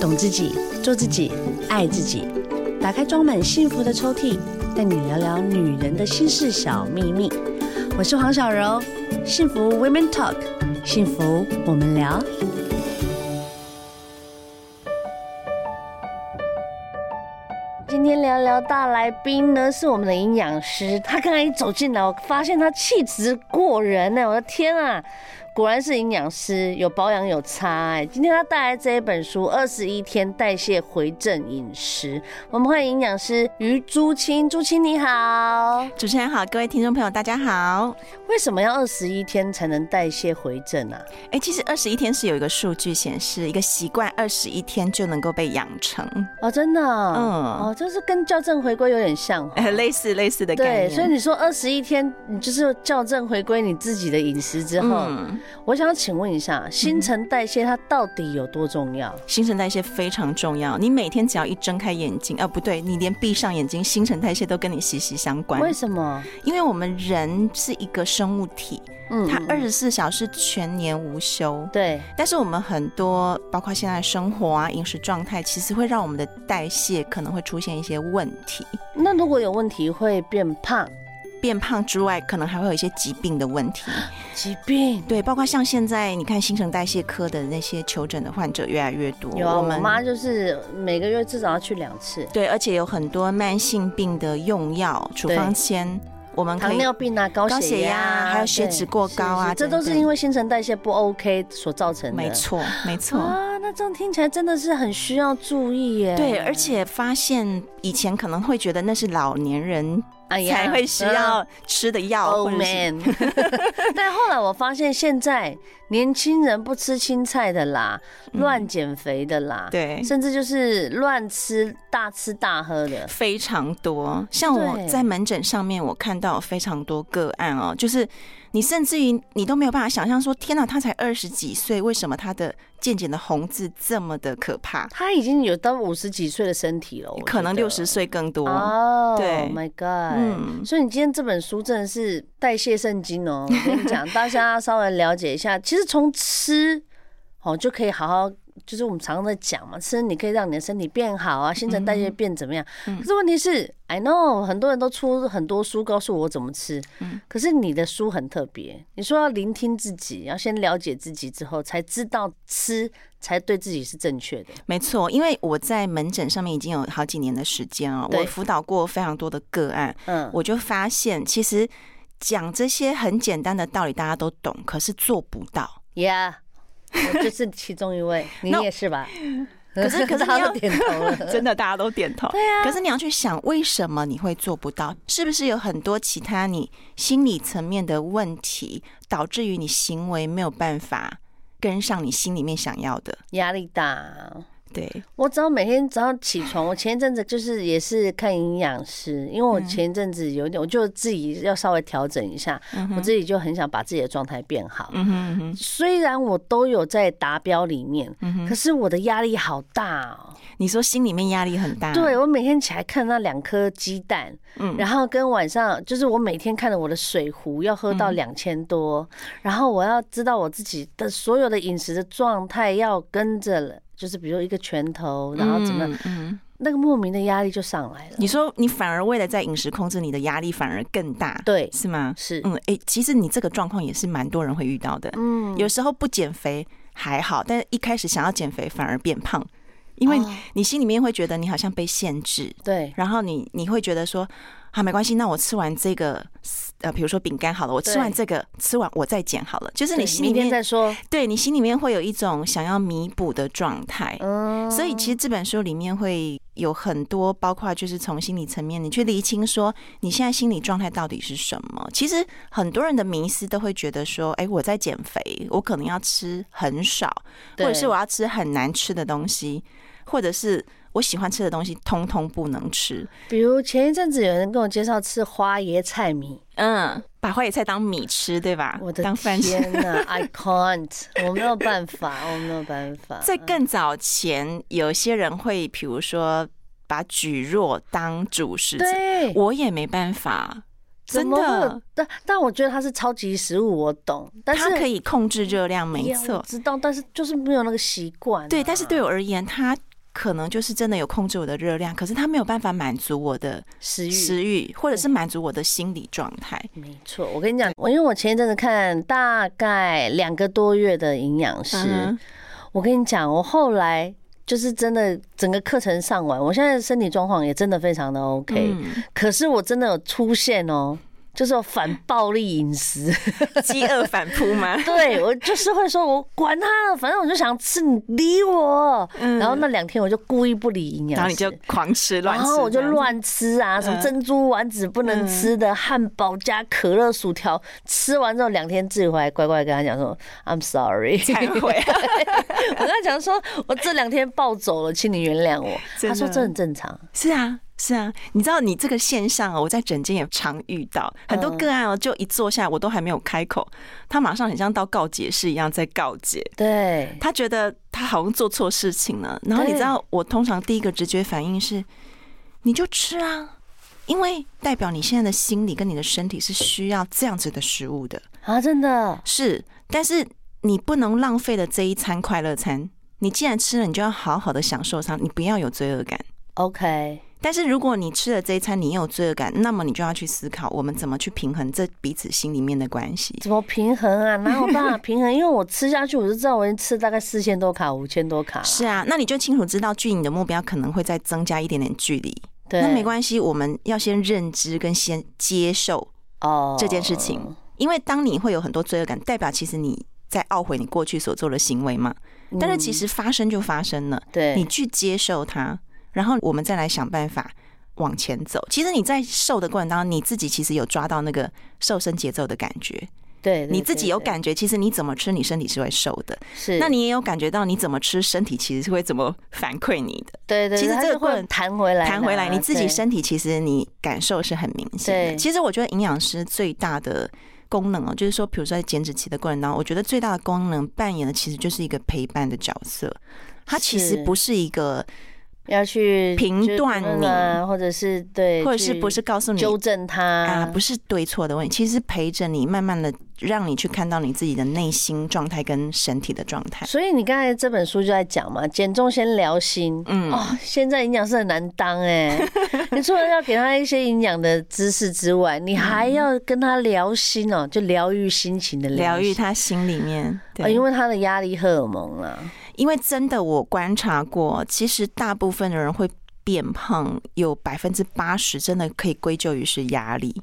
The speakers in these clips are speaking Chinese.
懂自己，做自己，爱自己。打开装满幸福的抽屉，带你聊聊女人的心事小秘密。我是黄小柔，幸福 Women Talk，幸福我们聊。今天聊聊大来宾呢，是我们的营养师。他刚才一走进来，我发现他气质过人呢、我的天啊，果然是营养师，有保养有差哎、今天他带来这一本书《二十一天代谢回正饮食》，我们欢迎营养师于朱青。朱青你好，主持人好，各位听众朋友，大家好。为什么要二十一天才能代谢回正啊？哎，其实二十一天是有一个数据显示，一个习惯二十一天就能够被养成，哦，真的、嗯哦，这是跟校正回归有点像 哦、呃类似类似的概对，念。所以你说二十一天，你就是校正回归你自己的饮食之后，嗯，我想要请问一下，新陈代谢它到底有多重要？新陈代谢非常重要。你每天只要一睁开眼睛，啊，不对，你连闭上眼睛，新陈代谢都跟你息息相关。为什么？因为我们人是一个生物体，嗯它嗯二十四小时全年无休。对，但是我们很多，包括现在的生活啊、饮食状态，其实会让我们的代谢可能会出现一些问题。那如果有问题会变胖、变胖之外，可能还会有一些疾病的问题。疾病。对，包括像现在你看新陈代谢科的那些求诊的患者越来越多，有啊，我妈就是每个月至少要去两次，对，而且有很多慢性病的用药处方签，我们可糖以尿病啊、高高血血压啊、压还有血对脂过高啊是是这等等都是因为新陈代谢不 OK 所造成的。没错，没错。啊，那这样听起来真的是很需要注意耶。对，而且发现以前可能会觉得那是老年人哎呀才会需嗯要吃的药， Oh 或者是 man！但后来我发现，现在年轻人不吃青菜的啦，乱减肥的啦，，嗯对，甚至就是乱吃、大吃大喝的。非常多。像对我在门诊上面，我看到有非常多个案哦，就是你甚至于你都没有办法想象说，天哪，他才二十几岁，为什么他的健检的红字这么的可怕？他已经有到五十几岁的身体了，我可能觉得六十岁更多。哦，对 m y God，、嗯所以你今天这本书真的是代谢圣经 哦，我跟你讲，大家稍微了解一下，其实从吃哦就可以好好。就是我们常常在讲嘛，吃你可以让你的身体变好嗯啊，新陈代谢变怎么样？可是问题是，I know 很多人都出很多书告诉我怎么吃，嗯可是你的书很特别，你说要聆听自己，要先了解自己之后，才知道吃才对自己是正确的。没错，因为我在门诊上面已经有好几年的时间了，对我辅导过非常多的个案，嗯，我就发现其实讲这些很简单的道理大家都懂，可是做不到。 Yeah，我就是其中一 位，你那也是吧？可是可是你他要都点头了，真的，大家都点头。对啊。可是你要去想，为什么你会做不到？是不是有很多其他你心理层面的问题，导致于你行为没有办法跟上你心里面想要的？ 压力大。对，我只要每天早上起床，我前一阵子就是也是看营养师，因为嗯我前一阵子有点，我就自己要稍微调整一下，我自己就很想把自己的状态变好。嗯哼嗯哼，虽然我都有在达标里面，嗯可是我的压力好大哦。你说心里面压力很大，对，我每天起来看那两颗鸡蛋，嗯然后跟晚上就是我每天看着我的水壶要喝嗯到两千多，然后我要知道我自己的所有的饮食的状态要跟着了，就是比如一个拳头，然后怎么样、嗯嗯那个莫名的压力就上来了。你说你反而为了在饮食控制，你的压力反而更大，对，是吗？是，嗯，诶，其实你这个状况也是蛮多人会遇到的。嗯，有时候不减肥还好，但是一开始想要减肥反而变胖，因为哦你心里面会觉得你好像被限制，对，然后你你会觉得说啊没关系，那我吃完这个呃，比如说饼干好了，我吃完对这个吃完我再减好了，就是对你心里明天面再说。对你心里面会有一种想要弥补的状态。嗯，所以其实这本书里面会有很多，包括就是从心理层面，你去厘清说你现在心理状态到底是什么。其实很多人的迷思都会觉得说，哎、我在减肥，我可能要吃很少，或对者是我要吃很难吃的东西，或者是我喜欢吃的东西通通不能吃。比如前一阵子有人跟我介绍吃花椰菜米，嗯，把花野菜当米吃，对吧？我的当饭吃。天哪，I can't，我没有办法，我没有办 法。在更早前，有些人会，比如说把蒟蒻当主食吃，对，我也没办法，怎真么会有的。，但但我觉得它是超级食物，我懂，但是哎它可以控制热量，没呀我错，知道，但是就是没有那个习惯啊、对。但是对我而言，它可能就是真的有控制我的热量，可是它没有办法满足我的食欲食欲，或者是满足我的心理状态。没错，我跟你讲，我因为我前一阵子看大概两个多月的营养师，嗯 我跟你讲，我后来就是真的整个课程上完，我现在身体状况也真的非常的 OK，、嗯可是我真的有出现哦、就是有反暴力饮食，饥饿反 扑吗？对我就是会说，我管他了，反正我就想吃，你理我。嗯然后那两天我就故意不理营养师，然后你就狂吃乱然吃，嗯后我就这样子。 乱吃啊，什么嗯珍珠丸子不能吃的，汉堡加可乐、薯条，吃完之后两天自己回来，乖乖跟他讲说，I'm sorry，忏悔 我跟他讲说，我这两天暴走了，请你原谅我。他真的说这很正常，是啊，是啊，你知道你这个现象哦，我在诊间也常遇到很多个案哦，就一坐下来我都还没有开口，他马上很像到告解室一样在告解，对，他觉得他好像做错事情了。然后你对知道，我通常第一个直觉反应是，你就吃啊，因为代表你现在的心理跟你的身体是需要这样子的食物的，啊，真的，是，但是你不能浪费了这一餐快乐餐。你既然吃了，你就要好好的享受它，你不要有罪恶感。 OK，但是如果你吃了这一餐，你也有罪恶感，那么你就要去思考，我们怎么去平衡这彼此心里面的关系。怎么平衡啊？哪有办法平衡？因为我吃下去，我就知道我已经吃大概四千多卡、五千多卡了，是啊，那你就清楚知道，距离你的目标可能会再增加一点点距离。对，那没关系，我们要先认知跟先接受哦这件事情，因为当你会有很多罪恶感，代表其实你在懊悔你过去所做的行为嘛。但是其实发生就发生了，嗯对，你去接受它，然后我们再来想办法往前走。其实你在瘦的过程当中，你自己其实有抓到那个瘦身节奏的感觉，对你自己有，嗯对感觉，其实你怎么吃，你身体是会瘦的。对是，那你也有感觉到你怎么吃，身体其实是会怎么反馈你的。对对，其实它这个就过会程弹回来的啊，弹回来，你自己对身体其实你感受是很明显对的。其实我觉得营养师最大的功能哦，就是说，比如说在减脂期的过程当中，我觉得最大的功能扮演的其实就是一个陪伴的角色。它其实是不是一个，要去评就是断论啊，或者是对，或者是不是去告诉你纠正他啊，不是对错的问题，其实是陪着你，慢慢的让你去看到你自己的内心状态跟身体的状态。所以你刚才这本书就在讲嘛，减重先疗心。嗯，哦，现在营养师很难当 哎、你除了要给他一些营养的知识之外，你还要跟他聊心哦，就疗愈心情的嗯疗愈心、他心里面，哦对，因为他的压力荷尔蒙啊啦、因为真的我观察过，其实大部分的人会变胖，有百分之八十真的可以归咎于是压力。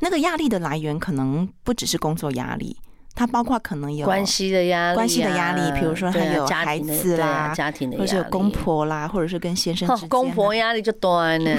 那个压力的来源可能不只是工作压力，它包括可能有关，系的压力啊、关系的压力比如说他对啊有家庭的孩子啦对啊家庭的或压者力，是有公婆啦，或者是跟先生之哦间、，公婆。压力就端 呢，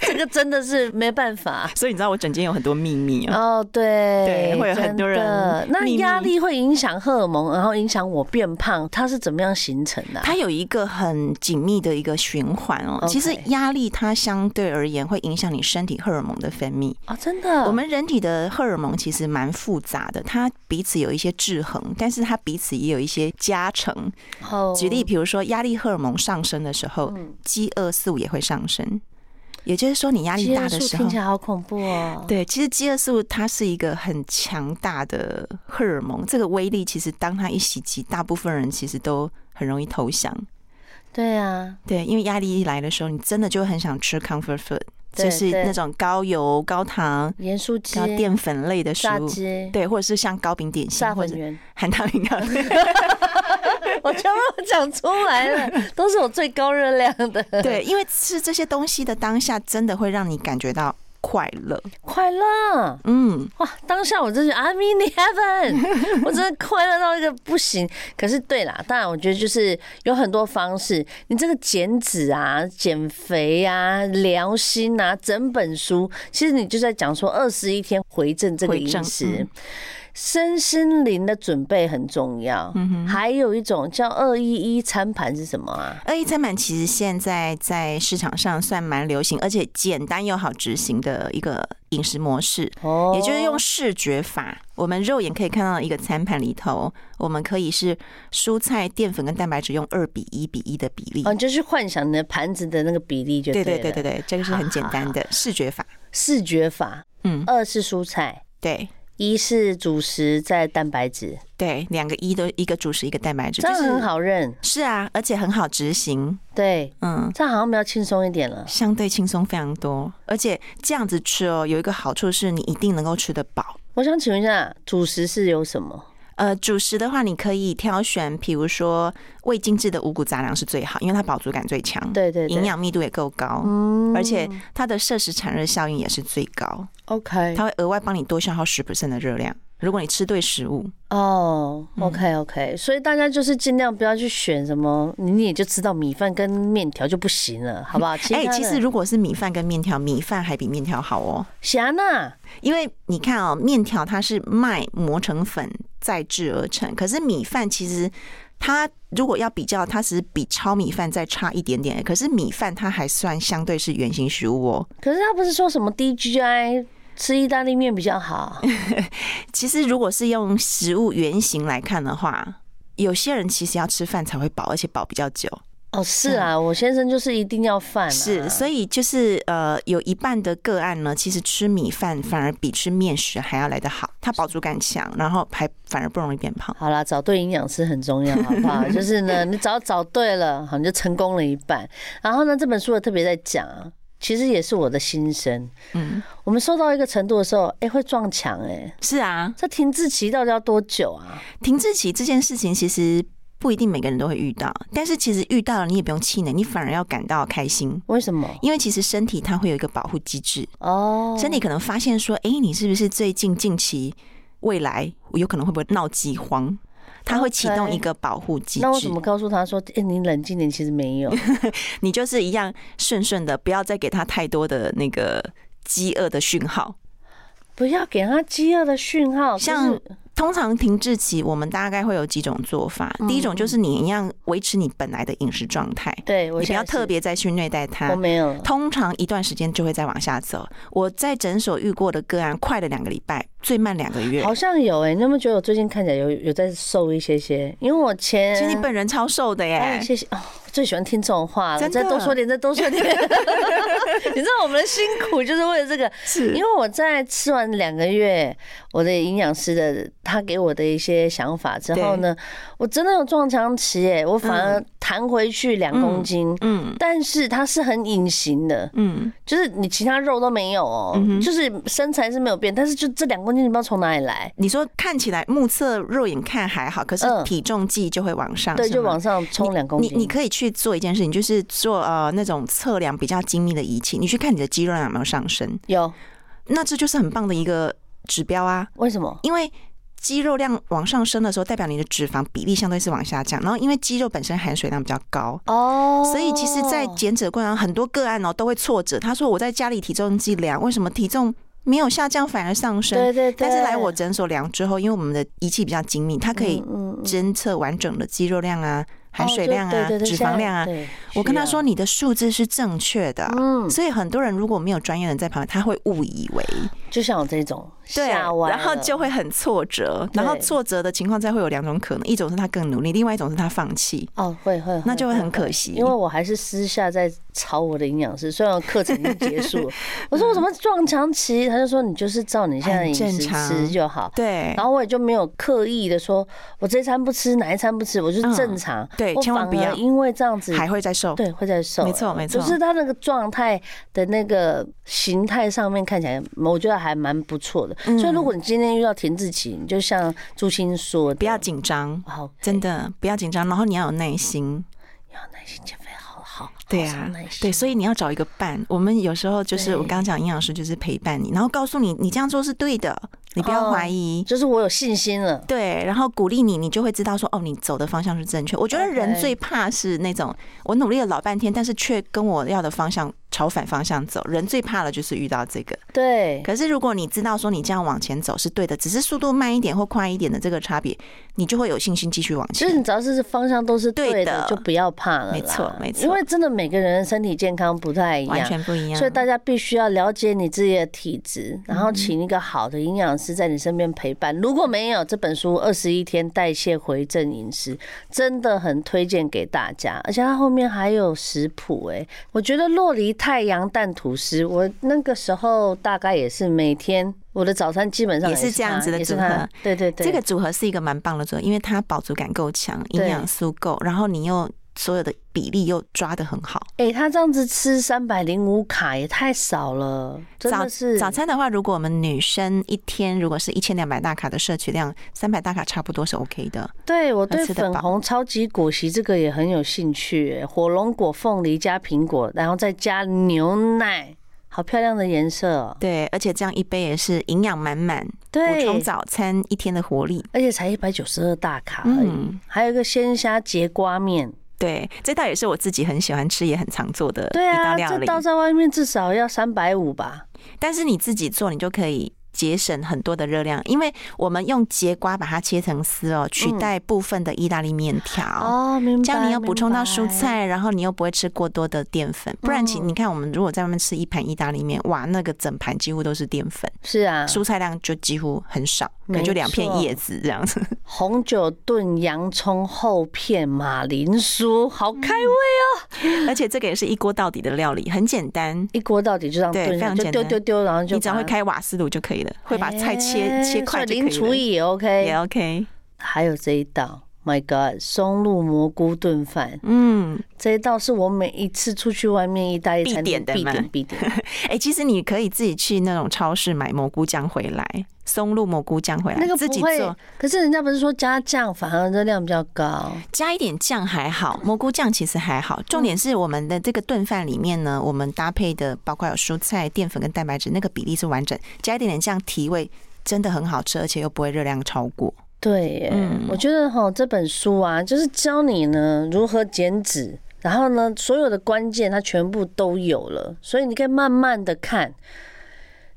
这个真的是没办法。所以你知道我整间有很多秘密啊。哦，对，对会有很多人真的那秘密压力会影响荷尔蒙，然后影响我变胖，它是怎么样形成的啊、它有一个很紧密的一个循环哦。其实 OK 压力它相对而言会影响你身体荷尔蒙的分泌，哦，真的，我们人体的荷尔蒙其实蛮复杂的，它彼此有一些制衡，但是它彼此也有一些加成。哦举例，比如说压力荷尔蒙上升的时候，嗯饥饿素也会上升。也就是说，你压力饥大饿素的时听候起，来好恐怖哦。对，其实饥饿素它是一个很强大的荷尔蒙，这个威力其实当它一袭击，大部分人其实都很容易投降。对啊，对，因为压力一来的时候，你真的就会很想吃 comfort food，对就是对那种高油、高糖、盐酥鸡高、淀粉类的食炸物。鸡、对，或者是像糕饼点心炸或粉者圆， 含糖饮料，我全部都讲出来了，都是我最高热量的。对，因为吃这些东西的当下，真的会让你感觉到快乐。快乐嗯，哇！当下我真是 I'm in heaven，我真的快乐到一个不行。可是对啦，当然我觉得就是有很多方式，你这个减脂啊、减肥啊、疗心啊，整本书其实你就在讲说二十一天回正这个回正饮食嗯。身心灵的准备很重要，嗯还有一种叫二一一餐盘是什么啊？二一餐盘其实现在在市场上算蛮流行，而且简单又好执行的一个饮食模式。哦也就是用视觉法，我们肉眼可以看到一个餐盘里头，我们可以是蔬菜、淀粉跟蛋白质用二比一比一的比例。哦，你就去幻想你的盘子的那个比例就对对对了对 对对，这个是很简单的视觉法。视觉法，嗯，二是蔬菜，对，一是主食，在蛋白质，对，两个一都一个主食，一个蛋白质，这样就是很。好认。是啊，而且很好执行，对，嗯，这样好像比较轻松一点了。相对轻松非常多。而且这样子吃哦，有一个好处是你一定能够吃得饱。我想请问一下，主食是有什么？呃，主食的话，你可以挑选，比如说未精制的五谷杂粮是最好，因为它饱足感最强，对对对，营养密度也够高，嗯而且它的摄食产热效应也是最高， OK 它会额外帮你多消耗十的热量。如果你吃对食物，哦，OK 嗯 OK，所以大家就是尽量不要去选什么，你也就知道米饭跟面条就不行了，好不好？ 哎、他的其实如果是米饭跟面条，米饭还比面条好哦，霞娜因为你看哦，面条它是麦磨成粉再制而成，可是米饭其实它如果要比较，它只是比糙米饭再差一点点，可是米饭它还算相对是原型食物哦。可是他不是说什么 DGI 吃意大利面比较好？ 其实如果是用食物原型来看的话，有些人其实要吃饭才会饱，而且饱比较久。哦，是啊，我先生就是一定要饭、啊，是，所以以就是呃，有一半的个案呢，其实吃米饭反而比吃面食还要来得好，它饱足感强，然后还反而不容易变胖。好啦，找对营养师很重要，好不 好？就是呢，你只要找对了，好，你就成功了一半。然后呢，这本书也特别在讲啊，其实也是我的心声。嗯，我们瘦到一个程度的时候，哎、会撞墙，哎，是啊，这停滞期到底要多久啊？停滞期这件事情其实。不一定每个人都会遇到，但是其实遇到了你也不用气馁，你反而要感到开心，为什么？因为其实身体它会有一个保护机制，哦，身体可能发现说，哎、你是不是最近近期未来有可能会不会闹饥荒？它会启动 OK 一个保护机那我制怎么，告诉他说，哎、你冷静点，其实没 有。你就是一样顺顺的，不要再给它太多的那个饥饿的讯号。不要给他饥饿的讯号，像就是通常停滞期，我们大概会有几种做法。嗯第一种就是你一样维持你本来的饮食状态，对我你不现要在特是，别啊再去虐待它我。没有了。通常一段时间就会再往下走。我在诊所遇过的个案，快了两个礼拜，最慢两个月。好像有哎、你有没有觉得我最近看起来有有在瘦一些些？因为我前其实你本人超瘦的哎，耶，谢谢哦，我最喜欢听这种话了，真的再多说点，再多说 点。 你知道我们的辛苦就是为了这个，因是为我在吃完两个月我的营养师的他给我的一些想法之后呢，我真的有撞墙期哎，我反而弹回去两公斤。嗯但是它是很隐形的，嗯，就是你其他肉都没有哦、嗯哼就是身材是没有变，但是就这两公斤你不知道从哪里来，你说看起来目测肉眼看还好，可是嗯体重计就会往上，对，是就吗往上冲两公你斤。你可以去做一件事情，就是做呃那种测量比较精密的仪器，你去看你的肌肉量有没有上升，有那这就是很棒的一个指标啊，为什么？因为。肌肉量往上升的时候，代表你的脂肪比例相对是往下降。然后，因为肌肉本身含水量比较高，哦，所以其实，在减脂的过程中，很多个案哦都会挫折。他说：“我在家里体重计量，为什么体重没有下降，反而上升对？”对对，但是来我诊所量之后，因为我们的仪器比较精密，它可以嗯嗯嗯侦测完整的肌肉量啊、含水哦就量啊、对对对脂现肪在量啊。对我跟他需说，要你的数字是正确的啊。嗯，所以很多人如果没有专业人在旁边，他会误以为就像我这种，对，吓歪然后了就会很挫折。对然后挫折的情况下会有两种可能，一种是他更努力，另外一种是他放弃，哦，会会，那就会很可惜。惜。因为我还是私下在吵我的营养师，虽然课程已经结束 了，我说我怎么撞墙期，他就说你就是照你现在的饮嗯很正食常吃就好。对然后我也就没有刻意的说，我这餐不吃，哪一餐不吃，我就是正常。嗯对我，千万反不而要，因为这样子，还会再瘦。对会在瘦。没错没错就是他那个状态的那个形态上面看起来，我觉得还蛮不错的。嗯所以如果你今天遇到停滞期，你就像朱青说的，不要紧张，好，真的不要紧张，然后你要有耐心。要耐心减肥，好好，好对好啊耐，心对，所以你要找一个伴。我们有时候就是对我刚刚讲营养师就是陪伴你，然后告诉你你这样做是对的，你不要哦怀疑。就是我有信心了。对，然后鼓励你，你就会知道说，哦，你走的方向是正确。我觉得 OK 人最怕是那种我努力了老半天，但是却跟我要的方向朝反方向走。人最怕的就是遇到这个。对，可是如果你知道说你这样往前走是对的，只是速度慢一点或快一点的这个差别，你就会有信心继续往其实你前。只要是方向都是对对的的，就不要怕了啦。没错没错因为真的每个人的身体健康不太一完样。全不一样，嗯所以大家必须要了解你自己的体质，然后请一个好的营养师在你身边陪伴。如果没有这本书《二十一天代谢回正饮食》，真的很推荐给大家。而且它后面还有食谱，哎，我觉得洛梨太阳蛋吐司，我那个时候大概也是每天我的早餐基本上也是这样它子的也是组它合对对对，这个组合是一个蛮棒的组合，因为它饱足感够强，营养素够，然后你又所有的比例又抓得很好。哎、他这样子吃三百零五卡也太少了，真早的是早餐的话，如果我们女生一天如果是一千两百大卡的摄取量，三百大卡差不多是 OK 的。对我对吃得粉饱红超级果昔这个也很有兴趣、欸火龙果、凤梨加苹果，然后再加牛奶，好漂亮的颜色、哦。对，而且这样一杯也是营养满满，补对，充早餐一天的活力。而且才一百九十二大卡而已。嗯，还有一个鲜虾节瓜面，对，这道也是我自己很喜欢吃，也很常做的对一道啊，料这理。道在外面至少要三百五吧。但是你自己做，你就可以节省很多的热量，因为我们用节瓜把它切成丝哦，嗯取代部分的意大利面条。哦，明白。这样你又补充到明蔬白，嗯菜，然后你又不会吃过多的淀粉，不然其你看我们如果在外面吃一盘意大利面，哇，那个整盘几乎都是淀粉，是啊，蔬菜量就几乎很少，可能就没两片错叶子这样子。 红酒炖洋葱、厚片、马铃薯，好开嗯胃。而且这个也是一锅到底的料理，很简单，一锅到底就这样对炖一下，非常就简丢单丢丢，然后就你只要把会它开瓦斯炉就可以了，会把菜切哎切块所以就可以零了厨艺也 OK 也。OK。还有这一道，My God，松露蘑菇炖饭，嗯，这一道是我每一次出去外面意大利餐厅必点的必吗点必点。 哎、其实你可以自己去那种超市买蘑菇酱回来，松露蘑菇酱回来，那个自己不做会，可是人家不是说加酱反而热量比较高？加一点酱还好，蘑菇酱其实还好。重点嗯是我们的这个炖饭里面呢，我们搭配的包括有蔬菜、淀粉跟蛋白质，那个比例是完整，加一点点酱提味，真的很好吃，而且又不会热量超过。对耶，嗯我觉得哈这本书啊，就是教你呢如何减脂，然后呢所有的关键它全部都有了，所以你可以慢慢的看。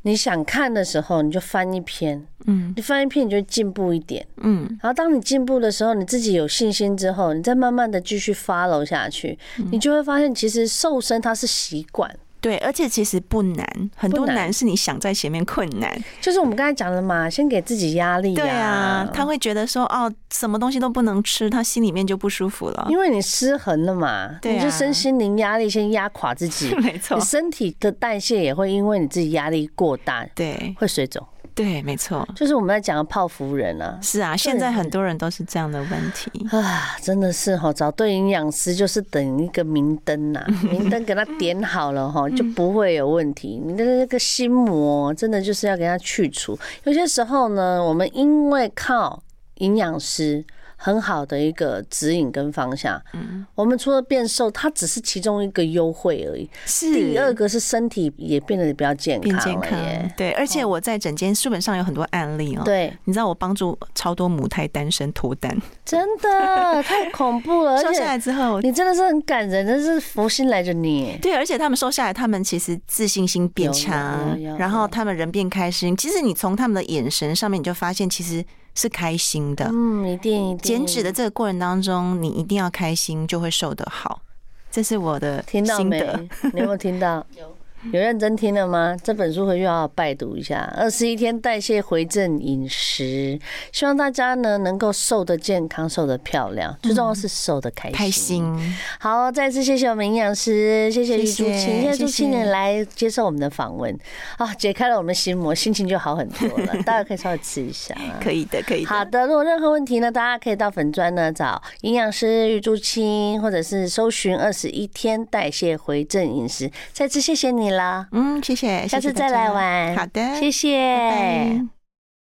你想看的时候，你就翻一篇，嗯你翻一篇你就进步一点。嗯，然后当你进步的时候，你自己有信心之后，你再慢慢的继续 follow 下去，你就会发现其实瘦身它是习惯，对，而且其实不难，很不多难难是你想在前面困难。就是我们刚才讲的嘛，先给自己压哎力、呀对啊，他会觉得说哦，什么东西都不能吃，他心里面就不舒 服了。因为你失衡了嘛，对啊，你就身心灵压力先压垮自己 没错你，身体的代谢也会因为你自己压力过大对会水肿，对，没错，就是我们在讲的泡芙人啊。是啊，现在很多人都是这样的问题。啊，真的是哈，找对营养师就是等一个明灯 呐、明灯给它点好了哈，嗯就不会有问题。你的那个心魔真的就是要给它去除。有些时候呢，我们因为靠营养师很好的一个指引跟方向，嗯我们除了变瘦，它只是其中一个优惠而已。是第二个是身体也变得比较健变康健了耶哦康，。对，而且我在整间书本上有很多案例哦。，对，你知道我帮助超多母胎单身脱单，真 的太恐怖了，而瘦下来且之后，你真的是很感人，真是福星来着你。对，而且他们瘦下来，他们其实自信心变强有有有有，然后他们人变开心。其实你从他们的眼神上面，你就发现其实是开心的。嗯，一定一定。减脂的这个过程当中，你一定要开心，就会瘦得好。这是我的听到心没得。？你有没有听 到？有有认真听了吗？这本书回去好好拜读一下，《二十一天代谢回正饮食》，希望大家呢能够瘦得健康，瘦得漂亮，最重要是瘦得开心。嗯开心，好，再次谢谢我们营养师，谢谢谢玉竹谢青，谢谢谢朱青谢也来接受我们的访问啊，解开了我们的心魔，心情就好很多 了。大家可以稍微吃一下。啊可以的，可以的。好的，如果有任何问题呢，大家可以到粉砖呢找营养师玉竹青，或者是搜寻二十一天代谢回正饮食。再次谢谢你啦，嗯，谢谢，下次谢谢再大来家玩。好的，谢拜谢拜。